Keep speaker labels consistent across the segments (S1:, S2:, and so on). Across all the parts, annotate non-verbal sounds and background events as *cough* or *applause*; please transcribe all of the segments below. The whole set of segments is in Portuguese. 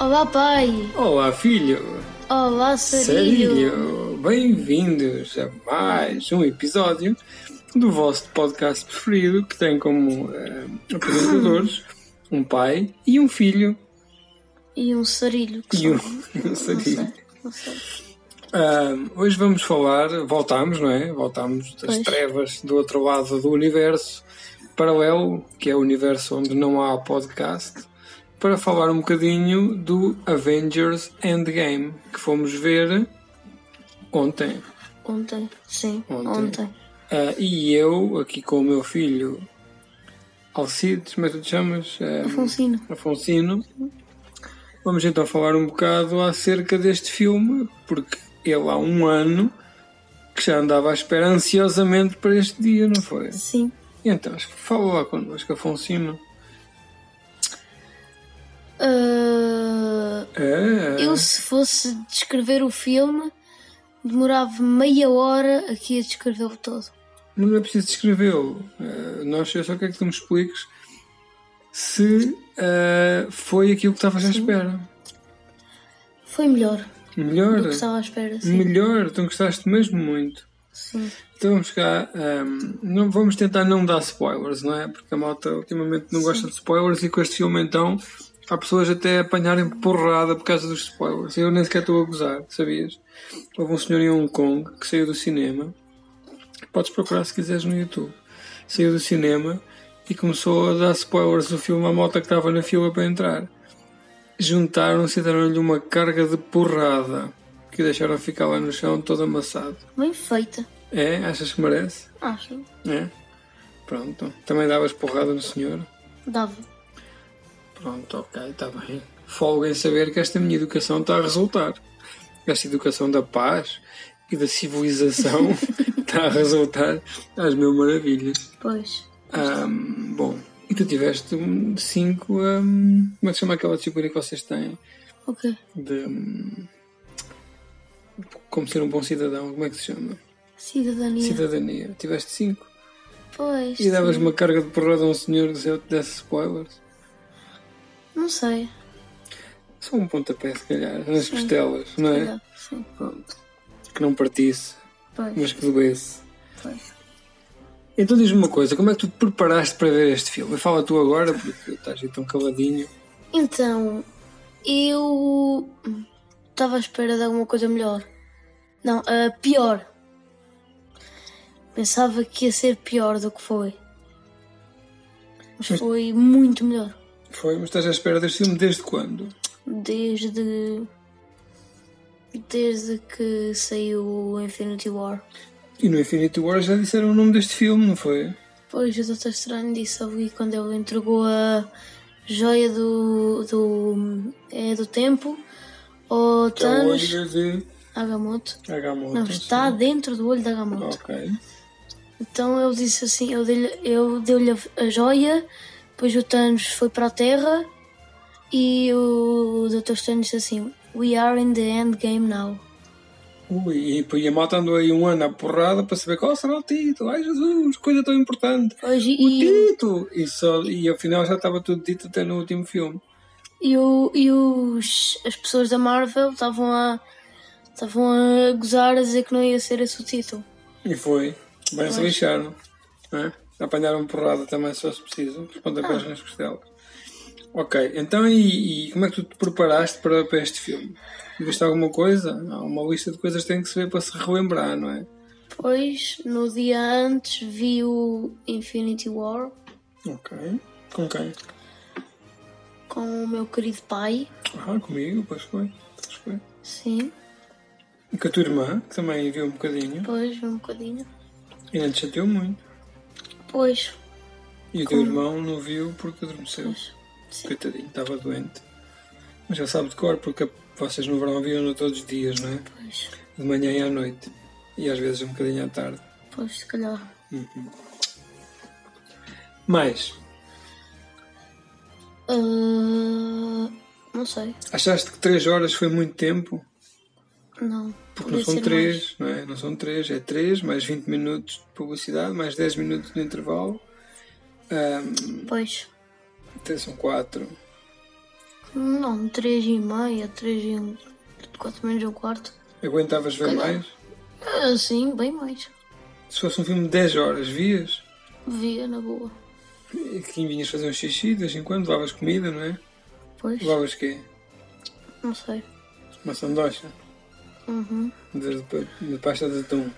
S1: Olá, pai.
S2: Olá, filho.
S1: Olá, Sarilho.
S2: Bem-vindos a mais um episódio do vosso podcast preferido que tem como eh,
S1: *coughs*
S2: apresentadores um pai e um filho
S1: E um sarilho. que
S2: e
S1: são-
S2: um, *laughs* e um sarilho.
S1: Não sei.
S2: Ahm, hoje vamos falar, voltámos, não é? Voltámos das
S1: Pois.
S2: trevas do outro lado do universo paralelo, que é o universo onde não há podcast, para falar um bocadinho do Avengers Endgame, que fomos ver ontem.
S1: Ontem, sim,
S2: Ontem.
S1: ontem.
S2: Ah, e eu, aqui com o meu filho Alcides, como é que tu te chamas? Ah,
S1: Afonso.
S2: Afonsino. Vamos então falar um bocado acerca deste filme, porque ele há um ano que já andava à espera ansiosamente para este dia, não foi?
S1: Sim.
S2: E então, fala lá connosco, Afonsino.
S1: Ah,
S2: É,
S1: eu, se fosse descrever o filme, demorava meia hora aqui a descrevê-lo todo.
S2: Não é preciso descrevê-lo. Eh, nós, eu só quero que tu me expliques se eh, foi aquilo que estavas à espera.
S1: Foi melhor
S2: Melhor?
S1: do que estava à espera, sim.
S2: Melhor, tu gostaste mesmo muito.
S1: sim.
S2: Então vamos cá. ehm, não, vamos tentar não dar spoilers, não é? Porque a malta ultimamente não gosta de spoilers e com este filme então há pessoas até a apanharem porrada por causa dos spoilers. Eu nem sequer estou a gozar, sabias? Houve um senhor em Hong Kong que saiu do cinema. Podes procurar se quiseres no YouTube. Saiu do cinema e começou a dar spoilers do filme à malta que estava na fila para entrar. Juntaram-se e deram-lhe uma carga de porrada que o deixaram ficar lá no chão todo amassado.
S1: Bem feita,
S2: É? Achas que merece?
S1: acho.
S2: É? Pronto. Também davas porrada no senhor?
S1: Dava.
S2: Pronto, ok, está bem. Folga em saber que esta minha educação está a resultar. Esta educação da paz e da civilização está a resultar às mil maravilhas.
S1: Pois.
S2: Ahm, bom, e tu tiveste um, cinco. ahm, como é que se chama aquela disciplina que vocês têm?
S1: Ok.
S2: De. hum, como ser um bom cidadão, como é que se chama?
S1: Cidadania.
S2: Cidadania. Tiveste cinco.
S1: Pois.
S2: E davas
S1: sim.
S2: uma carga de porrada a um senhor se eu te desse spoilers?
S1: Não sei.
S2: Só um pontapé, se calhar, nas costelas, não é?
S1: Dá, Sim.
S2: Pronto. Que não partisse,
S1: Pois.
S2: mas que doesse.
S1: pois.
S2: Então diz-me uma coisa, como é que tu te preparaste para ver este filme? Fala tu agora, porque estás aí tão caladinho.
S1: Então, eu estava à espera de alguma coisa melhor. Não, ah, pior. Pensava que ia ser pior do que foi. Mas foi muito melhor.
S2: Foi, mas estás à espera deste filme desde quando?
S1: Desde. Desde que saiu o Infinity War.
S2: E no Infinity War já disseram o nome deste filme, não foi?
S1: Pois o Doutor Estranho disse ali quando ele entregou a joia do. do. é do tempo ao
S2: Que é o
S1: Thanos
S2: olho de
S1: Agamotto.
S2: Agamotto.
S1: Não, está dentro do olho da Agamotto.
S2: Ok.
S1: Então eu disse assim, eu dei-lhe eu dei-lhe a, a joia, depois o Thanos foi para a Terra e o Dr. Strange disse assim, We are in the endgame now.
S2: Ui, e, e a malta andou aí um ano à porrada para saber qual será o título. Ai Jesus, coisa tão importante.
S1: Hoje,
S2: O
S1: e,
S2: título! E, só, e afinal já estava tudo dito até no último filme.
S1: e, o, e os, as pessoas da Marvel estavam a, estavam a gozar a dizer que não ia ser esse o título.
S2: E foi. Bem se lixaram. Né? Apanharam porrada também, só se precisa. Os pontapés nas costelas. Ok, então e, e como é que tu te preparaste para, para este filme? Viste alguma coisa? Há uma lista de coisas que tem que se ver para se relembrar, não é?
S1: Depois, no dia antes, vi o Infinity War
S2: Ok. Com quem?
S1: com o meu querido pai,
S2: Ah, comigo, pois foi. Pois foi.
S1: sim,
S2: E com a tua irmã, que também viu um bocadinho.
S1: depois vi um bocadinho.
S2: E não te chateou muito.
S1: Pois,
S2: E o teu irmão não viu porque adormeceu.
S1: pois, sim.
S2: Coitadinho, estava doente. Mas já sabe de cor, porque vocês no verão viam-no todos os dias, não é?
S1: Pois,
S2: de manhã e à noite e às vezes um bocadinho à tarde.
S1: pois, se calhar.
S2: Mas
S1: Ah, não sei,
S2: achaste que 3 horas foi muito tempo?
S1: não.
S2: Porque não
S1: Podia
S2: são
S1: ser
S2: 3, não é? Não são 3, é 3 mais 20 minutos de publicidade, mais 10 minutos de intervalo,
S1: mais. Pois,
S2: até são 4.
S1: Não, 3 e meia, 3 e um, quatro menos um quarto.
S2: Aguentavas ver
S1: Calhar.
S2: mais?
S1: Ah, sim, bem mais.
S2: Se fosse um filme de 10 horas, vias?
S1: Via na boa.
S2: E que vinhas fazer um xixi de vez em quando, levavas comida, não é?
S1: Pois,
S2: Levavas quê?
S1: não sei.
S2: Uma sandocha
S1: Uhum,
S2: de, de, pa- de pasta de atum,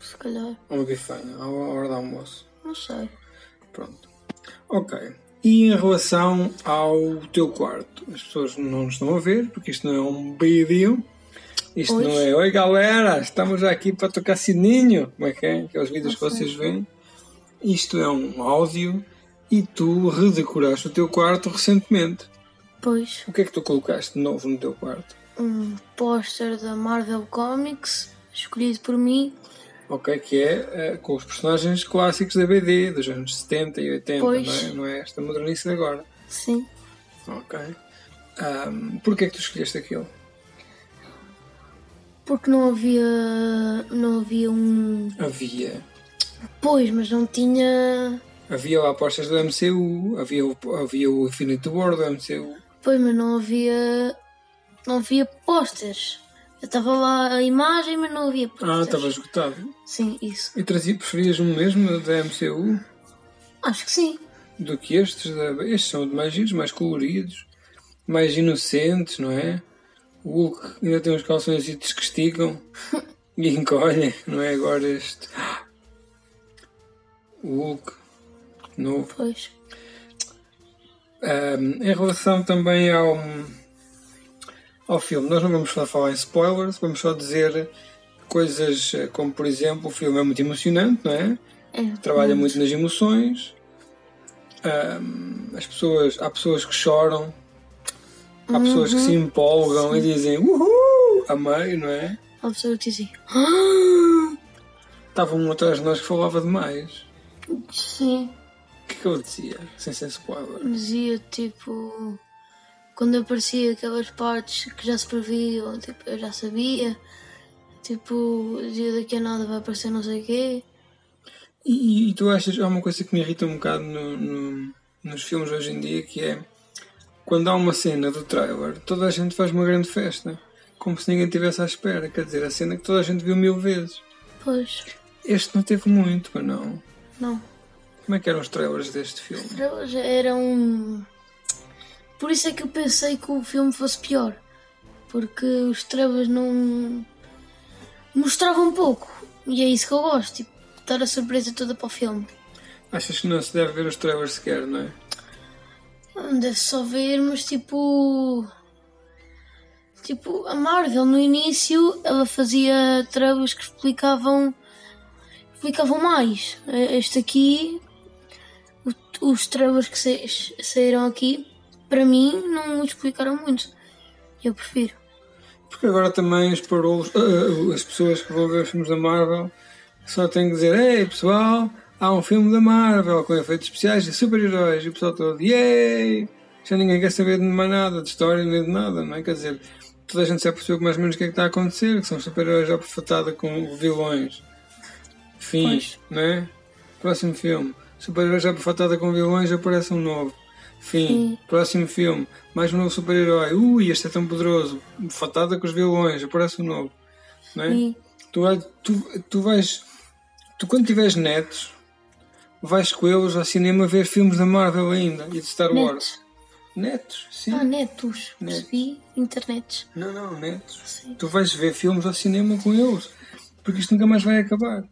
S1: se calhar,
S2: ou uma bifanha, à hora do almoço.
S1: não sei.
S2: Pronto. Ok. E em relação ao teu quarto? As pessoas não nos estão a ver, porque isto não é um vídeo. Isto
S1: Pois.
S2: não é, oi galera, estamos aqui para tocar sininho. Como é que é? Aqueles vídeos que
S1: Não sei.
S2: vocês veem. Isto é um áudio e tu redecoraste o teu quarto recentemente.
S1: Pois,
S2: O que é que tu colocaste de novo no teu quarto?
S1: um póster da Marvel Comics, escolhido por mim.
S2: Ok, que é eh, com os personagens clássicos da BD, dos anos 70 e 80,
S1: Pois.
S2: não é? Não é esta modernice de agora.
S1: Sim,
S2: Ok. Ahm, porquê é que tu escolheste aquilo?
S1: porque não havia. Não havia um.
S2: Havia.
S1: Pois, mas não tinha.
S2: Havia lá apostas do MCU, havia o, havia o Infinite War do MCU.
S1: Pois, mas não havia. Não havia posters. Eu estava lá a imagem, mas não havia posters.
S2: Ah, estava esgotado.
S1: Sim, isso.
S2: E trazia, preferias um mesmo da MCU
S1: Acho que sim.
S2: do que estes? da- Estes são mais giros, mais coloridos, mais inocentes, não é? O Hulk ainda tem uns calções que *laughs* esticam e encolhem, não é? Agora este. O Hulk novo.
S1: Pois.
S2: Um, em relação também ao, ao filme, nós não vamos só falar em spoilers, vamos só dizer coisas eh, como, por exemplo, o filme é muito emocionante, não é?
S1: É.
S2: Trabalha muito nas emoções. Um, as pessoas, há pessoas que choram, há pessoas que se empolgam e dizem uhul, amei, não é?
S1: Absolutamente sim.
S2: Estava um atrás de nós que falava demais.
S1: Sim.
S2: O que é que eu dizia? Sem ser spoiler.
S1: Dizia tipo. Quando aparecia aquelas partes que já se previam, tipo, eu já sabia. Tipo, dizia daqui a nada vai aparecer não sei o quê.
S2: E, e tu achas, há uma coisa que me irrita um bocado no- no- nos filmes hoje em dia que é quando há uma cena do trailer, toda a gente faz uma grande festa, como se ninguém estivesse à espera, quer dizer, a cena que toda a gente viu mil vezes.
S1: Pois,
S2: Este não teve muito, mas não.
S1: não.
S2: Como é que eram os trailers deste filme?
S1: Elas eram. Por isso é que eu pensei que o filme fosse pior. Porque os trailers não. mostravam pouco. E é isso que eu gosto, tipo, dar a surpresa toda para o filme.
S2: Achas que não se deve ver os trailers sequer, não é?
S1: Hum, Deve só ver, mas tipo. Tipo, a Marvel no início ela fazia trailers que explicavam. explicavam mais. Eh, Este aqui. o- os trailers que sa- saíram aqui, para mim, não explicaram muito. Eu prefiro.
S2: Porque agora também os parolos, ah, as pessoas que vão ver os filmes da Marvel só têm que dizer: Ei pessoal, há um filme da Marvel com efeitos especiais e super-heróis. E o pessoal todo, yay! Já ninguém quer saber de mais nada, de história nem de nada, não é? Quer dizer, toda a gente já percebeu mais ou menos o que é que está a acontecer: que são super-heróis já perfeitada com vilões. Fim,
S1: Pois.
S2: não é? Próximo filme: super-heróis já perfeitada com vilões, aparece um novo. Fim. Próximo filme. Mais um novo super-herói. Ui, este é tão poderoso. Fatada com os vilões. Aparece um novo. Não é?
S1: E,
S2: Tu, vai- tu, tu vais. Tu, quando tiveres netos, vais com eles ao cinema ver filmes da Marvel ainda e de Star Wars.
S1: netos.
S2: Netos, sim.
S1: Ah, netos. Percebi. Internets.
S2: Não, não, netos.
S1: Sim.
S2: Tu vais ver filmes ao cinema com eles. Porque isto nunca mais vai acabar.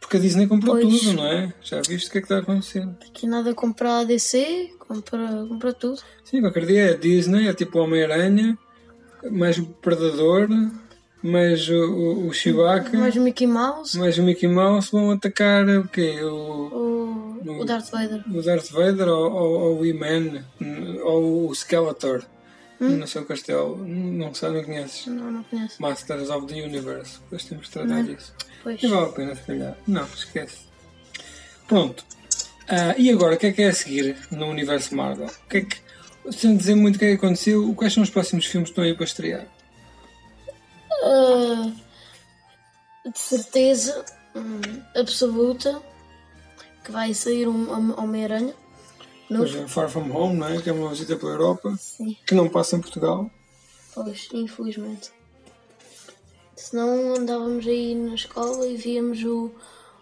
S2: Porque a Disney comprou
S1: Pois.
S2: tudo, não é? Já viste o que é que está acontecendo.
S1: Daqui nada comprar a DC, comprar, comprar tudo.
S2: Sim, qualquer dia é Disney, é tipo Homem-Aranha, mais o Predador, mais o, o, o Chewbacca,
S1: Mais o Mickey Mouse.
S2: mais o Mickey Mouse vão atacar o quê? O,
S1: O, o Darth Vader.
S2: o Darth Vader ou, ou, ou o E-Man hum, ou o Skeletor no seu castelo. é Não sei, não conheces.
S1: Não, não conheço.
S2: Masters of the Universe. Depois temos de tratar disso.
S1: Pois.
S2: E vale a pena, se calhar. Não, esquece. Pronto. Ah, e agora, o que é que é a seguir no universo Marvel? O que é que, sem dizer muito o que é que aconteceu, quais são os próximos filmes que estão aí para estrear?
S1: Ah, de certeza hum, absoluta que vai sair um Hom- um, Homem-Aranha. Não,
S2: Pois é, Far From Home, não é? Que é uma visita pela Europa,
S1: sim.
S2: que não passa em Portugal.
S1: Pois, infelizmente. Senão andávamos aí na escola e víamos o,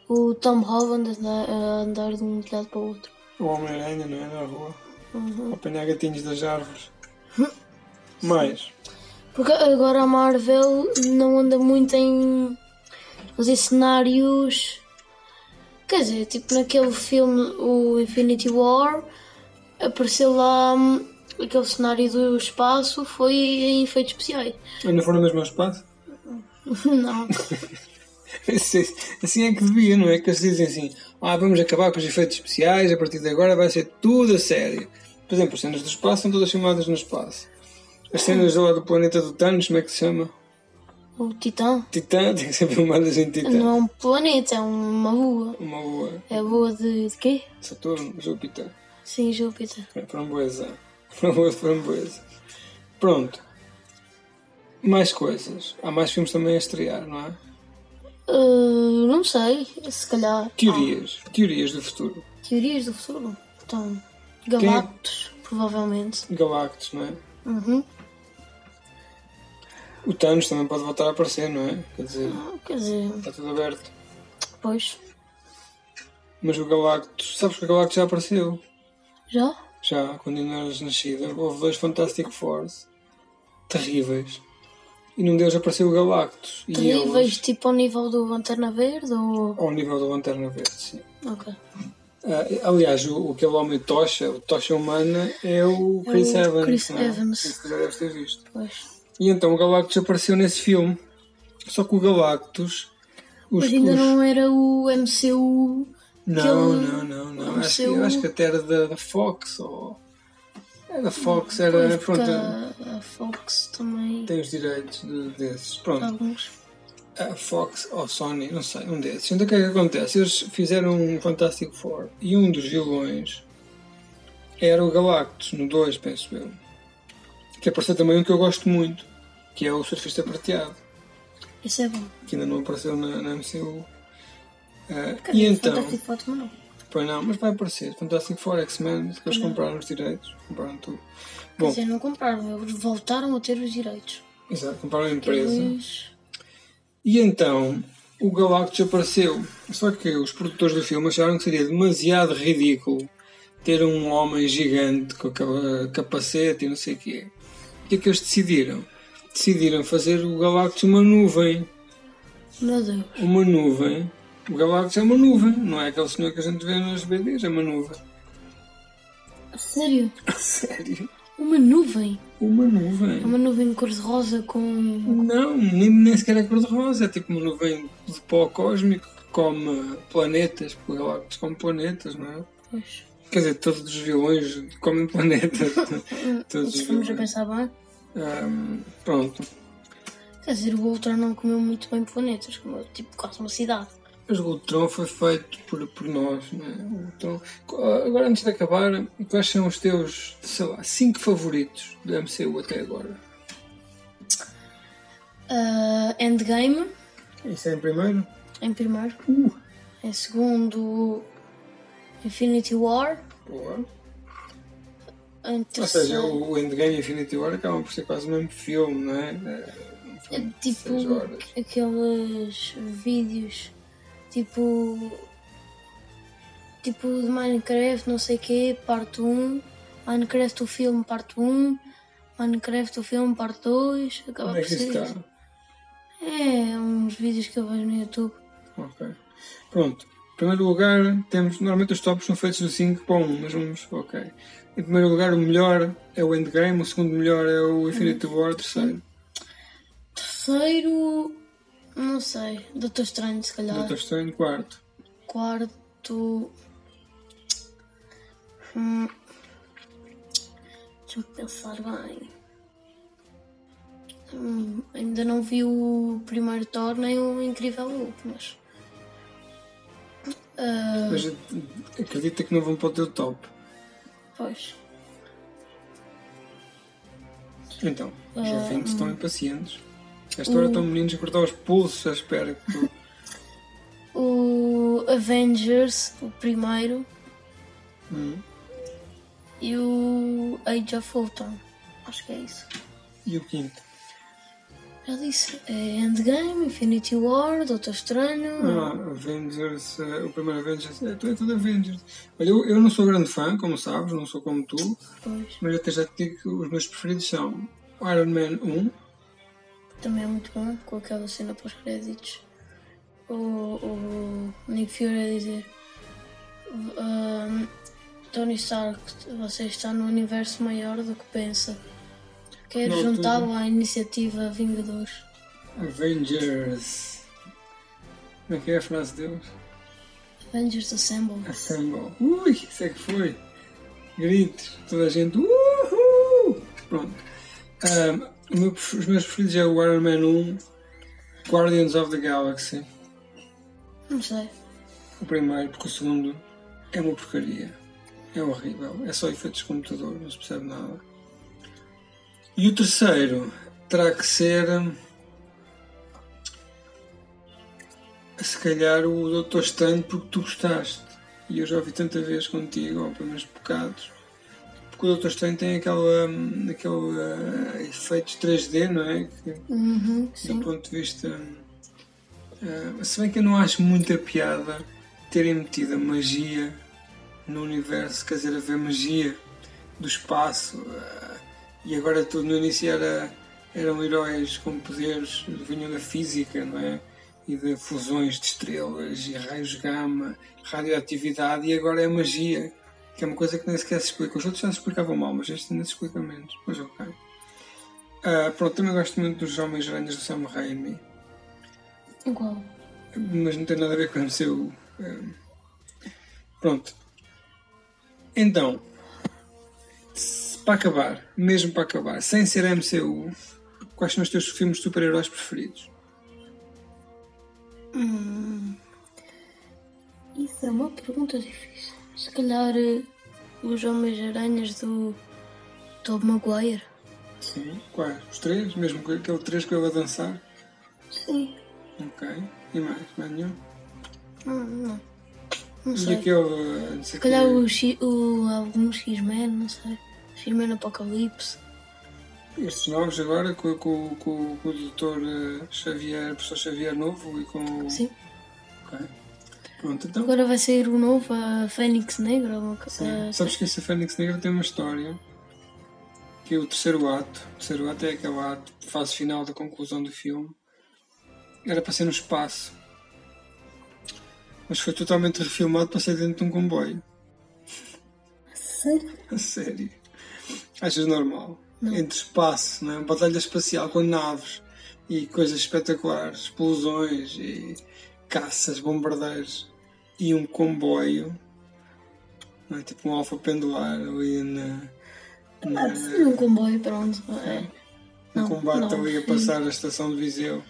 S1: o Tom Holland andar, a andar de um telhado para o outro.
S2: O Homem-Aranha, não é? Na rua.
S1: Uhum.
S2: A Apanhar gatinhos das árvores. Mas,
S1: Porque agora a Marvel não anda muito em fazer cenários. Quer dizer, tipo naquele filme, o Infinity War, apareceu lá hum, aquele cenário do espaço, foi em efeitos especiais. *laughs*
S2: ainda foram no mesmo espaço?
S1: Não,
S2: *laughs* Assim assim é que devia, não é? Que eles dizem assim: ah, vamos acabar com os efeitos especiais, a partir de agora vai ser tudo a sério. Por exemplo, as cenas do espaço são todas filmadas no espaço. As cenas lá do planeta do Thanos, como é que se chama?
S1: o Titã
S2: Titã, *laughs* tem que ser filmadas em Titã.
S1: não é um planeta, é uma lua.
S2: Uma lua,
S1: É a lua de, de quê?
S2: Saturno, Júpiter. É,
S1: Sim, Júpiter.
S2: Framboesa. *laughs* Framboesa, framboesa. Pronto. Mais coisas. Há mais filmes também a estrear, não é?
S1: Ah, não sei, se calhar.
S2: Teorias. Teorias do futuro.
S1: Ah, teorias do futuro. Então, Galactus, provavelmente.
S2: Galactus, não é?
S1: Uhum.
S2: O Thanos também pode voltar a aparecer, não é? Quer dizer,
S1: Ah, Quer dizer,
S2: está tudo aberto.
S1: pois,
S2: Mas o Galactus, sabes que o Galactus já apareceu?
S1: já?
S2: Já, quando ainda eras nascida. Houve dois Fantastic Fours terríveis. E num deles apareceu o Galactus. E
S1: Terríveis,
S2: eles,
S1: tipo ao nível do Lanterna Verde ou.
S2: ao nível da Lanterna Verde, sim.
S1: Ok.
S2: Ah, aliás, o, o- aquele homem Tocha, o Tocha Humana, é o Chris
S1: É o
S2: Evans.
S1: Chris
S2: não é?
S1: Evans.
S2: Isso tu já deves ter visto.
S1: Pois.
S2: E então o Galactus apareceu nesse filme. Só que o Galactus. Os,
S1: Mas ainda
S2: os-
S1: não era o MCU.
S2: não,
S1: aquele-
S2: não, não, não.
S1: o
S2: Acho, que,
S1: seu-
S2: acho que até era da, da Fox. Ou... É da Fox, era.
S1: pois, porque
S2: pronto, é.
S1: a, a Fox também.
S2: tem os direitos de- desses. Pronto.
S1: Alguns.
S2: a Fox ou Sony, não sei, um desses. Então o que é que acontece? Eles fizeram um Fantastic Four e um dos vilões era o Galactus, no 2, penso eu. Que apareceu também um que eu gosto muito, que é o Surfista Prateado,
S1: Isso é bom.
S2: que ainda não apareceu na, na MCU. Ah,
S1: Quer
S2: e
S1: dizer,
S2: então,
S1: Fantástico Foto, mas não.
S2: pois não, mas vai aparecer. Fantastic Four, X-Men, que eles compraram os direitos, compraram tudo.
S1: Quer
S2: Bom,
S1: dizer, não compraram, eles voltaram a ter os direitos.
S2: exato, compraram a empresa.
S1: Eles.
S2: E então o Galactus apareceu. Só que os produtores do filme acharam que seria demasiado ridículo ter um homem gigante com aquela capacete e não sei o quê. O que é que eles decidiram? Decidiram fazer o Galactus uma nuvem.
S1: Meu Deus.
S2: Uma nuvem. O Galactus é uma nuvem, não é aquele senhor que a gente vê nas BDs, é uma nuvem. *laughs*
S1: A sério?
S2: Sério?
S1: Uma nuvem. É
S2: Uma nuvem.
S1: Uma nuvem de cor-de-rosa com.
S2: Não, nem, nem sequer é cor-de-rosa. É tipo uma nuvem de pó cósmico que come planetas, porque o Galactus come planetas, não é?
S1: Pois.
S2: Quer dizer, todos os vilões comem planetas. *laughs* todos os
S1: Se formos a
S2: vilões.
S1: pensar bem.
S2: Ahm, pronto.
S1: Quer dizer, o Ultron não comeu muito bem planetas, comeu tipo quase uma cidade.
S2: Mas o Ultron foi feito por, por nós, não é? O Ultron. Agora, antes de acabar, quais são os teus, sei lá, 5 favoritos do MCU até agora?
S1: Ah, Endgame,
S2: Isso é em primeiro?
S1: em primeiro.
S2: Uh!
S1: Em segundo, Infinity War.
S2: Boa.
S1: Em
S2: Ou seja,
S1: terceiro,
S2: o Endgame e Infinity War acabam por ser quase o mesmo filme, não é? É, um filme de
S1: tipo
S2: seis horas.
S1: aqueles vídeos tipo. Tipo de Minecraft, não sei quê, parte 1. Minecraft o filme, parte 1. Minecraft o filme, parte 2. Acaba
S2: Onde é
S1: por
S2: que isso
S1: ser.
S2: está?
S1: isso. É, uns vídeos que eu vejo no YouTube.
S2: Ok. Pronto. Em primeiro lugar, temos. Normalmente os tops são feitos do 5 para 1, mas vamos. Ok. Em primeiro lugar, o melhor é o Endgame, o segundo melhor é o Infinity War, o terceiro,
S1: Terceiro, não sei, Doutor Estranho, se calhar.
S2: Doutor Strange, quarto.
S1: Quarto. Hum. Deixa-me pensar bem. Hum, ainda não vi o primeiro Thor nem o Incrível Hulk, mas. Ah,
S2: Mas acredita que não vão para o teu top.
S1: pois.
S2: Então, os
S1: Ah.
S2: ouvintes estão impacientes. Esta hora estão meninos a cortar os pulsos à espera que tu. *laughs*
S1: O Avengers, o primeiro.
S2: Hum.
S1: e o Age of Ultron. Acho que é isso.
S2: E o quinto?
S1: Já disse. É Endgame, Infinity War, Doutor Estranho.
S2: Ah, Avengers, eh, o primeiro Avengers, é, tu- é tudo Avengers. Olha, eu, eu não sou grande fã, como sabes, não sou como tu,
S1: Pois.
S2: mas até já te digo que os meus preferidos são Iron Man 1,
S1: Também é muito bom com aquela cena pós-créditos. O, o Nick Fury a dizer "Ahm, Tony Stark, você está no universo maior do que pensa. Quero
S2: Não, tu-
S1: juntá-lo à iniciativa Vingadores.
S2: Avengers. Como é que é a frase deles?
S1: Avengers Assemble.
S2: Assemble. Ui, isso é que foi. Gritos, toda a gente. Uhul! Pronto. Ahm, o meu- os meus preferidos é o Iron Man 1, Guardians of the Galaxy,
S1: Não sei.
S2: o primeiro, porque o segundo é uma porcaria. É horrível. É só efeitos de computador, não se percebe nada. E o terceiro terá que ser. hum, Se calhar o Doutor Estranho, porque tu gostaste. E eu já ouvi tanta vez contigo, ou pelo menos bocados. Porque o Doutor Estranho tem aquela, hum, aquele ah, efeitos 3D, não é? Que-
S1: Uhum, sim.
S2: do ponto de vista. hum, eh, se bem que eu não acho muita piada terem metido a magia no universo, quer dizer, haver magia do espaço eh, e agora tudo no início era, eram heróis com poderes que vinham da física, não é? E de fusões de estrelas e raios gama, radioatividade e agora é magia, que é uma coisa que nem sequer se explica. Os outros já se explicavam mal, mas este ainda se explica menos. Mas ok. Ah, pronto, também gosto muito dos Homens Aranhas do Sam Raimi,
S1: Igual.
S2: mas não tem nada a ver com o seu. ehm, pronto. Então, se- para acabar, mesmo para acabar, sem ser MCU, quais são os teus filmes de super-heróis preferidos?
S1: Isso é uma pergunta difícil. Se calhar eh, os Homens-Aranhas do Tobey Maguire.
S2: Sim. Quais? Os três? Mesmo com aquele três que ele a dançar?
S1: Sim.
S2: Ok. E mais? Mais nenhum?
S1: Não, não. Não
S2: E
S1: sei. Se
S2: aquele. ah, não sei
S1: calhar
S2: quê,
S1: o, X- o, alguns X-Men, não sei. X-Men Apocalipse.
S2: Estes novos agora, com, com- com- com o doutor eh, Xavier, professor Xavier Novo e com. o-
S1: Sim.
S2: Ok. Pronto, então.
S1: Agora vai sair o novo, a Fênix Negra. Uma coisa. eh,
S2: Sim. É, Sabes que esse Fênix Negra tem uma história que é o terceiro ato. O terceiro ato é aquele ato, fase final da conclusão do filme. Era para ser no espaço. Mas foi totalmente refilmado para ser dentro de um comboio. *laughs*
S1: Sério?
S2: A sério. Achas normal? Entre espaço, não é? batalha espacial com naves e coisas espetaculares, explosões e caças, bombardeiros e um comboio, não é? tipo um alfa pendular ali na, na-
S1: Um comboio, pronto. É.
S2: no
S1: Não,
S2: Um combate
S1: não,
S2: ali a
S1: sim.
S2: passar a estação de Viseu.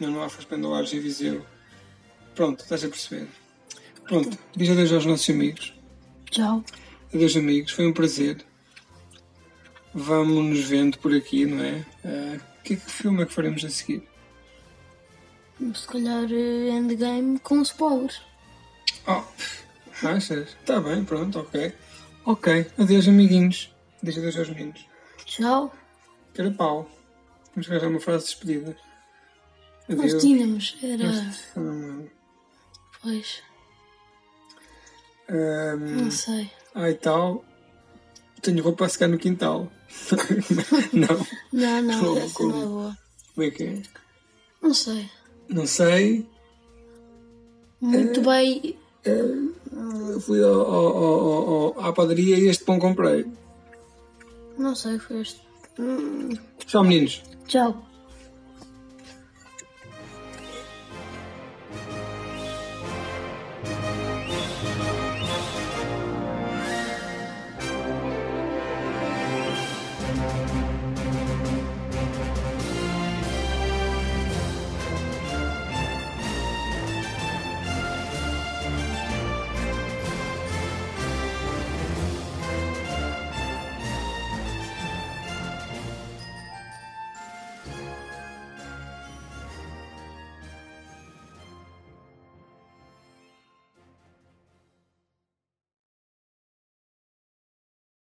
S2: Não, não há alfas pendulares em Viseu. Pronto, estás a perceber. Pronto,
S1: Então.
S2: diz adeus aos nossos amigos.
S1: Tchau.
S2: Adeus, amigos. Foi um prazer. Vamos-nos vendo por aqui, não é? O que, é que filme é que faremos a seguir?
S1: Se calhar eh, Endgame com spoilers.
S2: Oh, achas? Está bem, pronto, ok. Ok, adeus, amiguinhos. Diz adeus aos meninos.
S1: Tchau.
S2: Quero pau. Vamos arranjar uma frase de despedida.
S1: Nós
S2: Adeus.
S1: tínhamos. Era.
S2: Mas, hum,
S1: Pois.
S2: hum,
S1: Não sei.
S2: ai, tal. Tenho roupa a secar no quintal. *laughs* não.
S1: Não, não,
S2: Como,
S1: essa
S2: como?
S1: não é boa.
S2: Como é que é?
S1: Não sei.
S2: Não sei. Eh?
S1: Muito bem.
S2: Eu fui ao, ao- ao- ao- à padaria e este pão comprei.
S1: Não sei, foi este. Hum,
S2: Tchau, meninos.
S1: Tchau.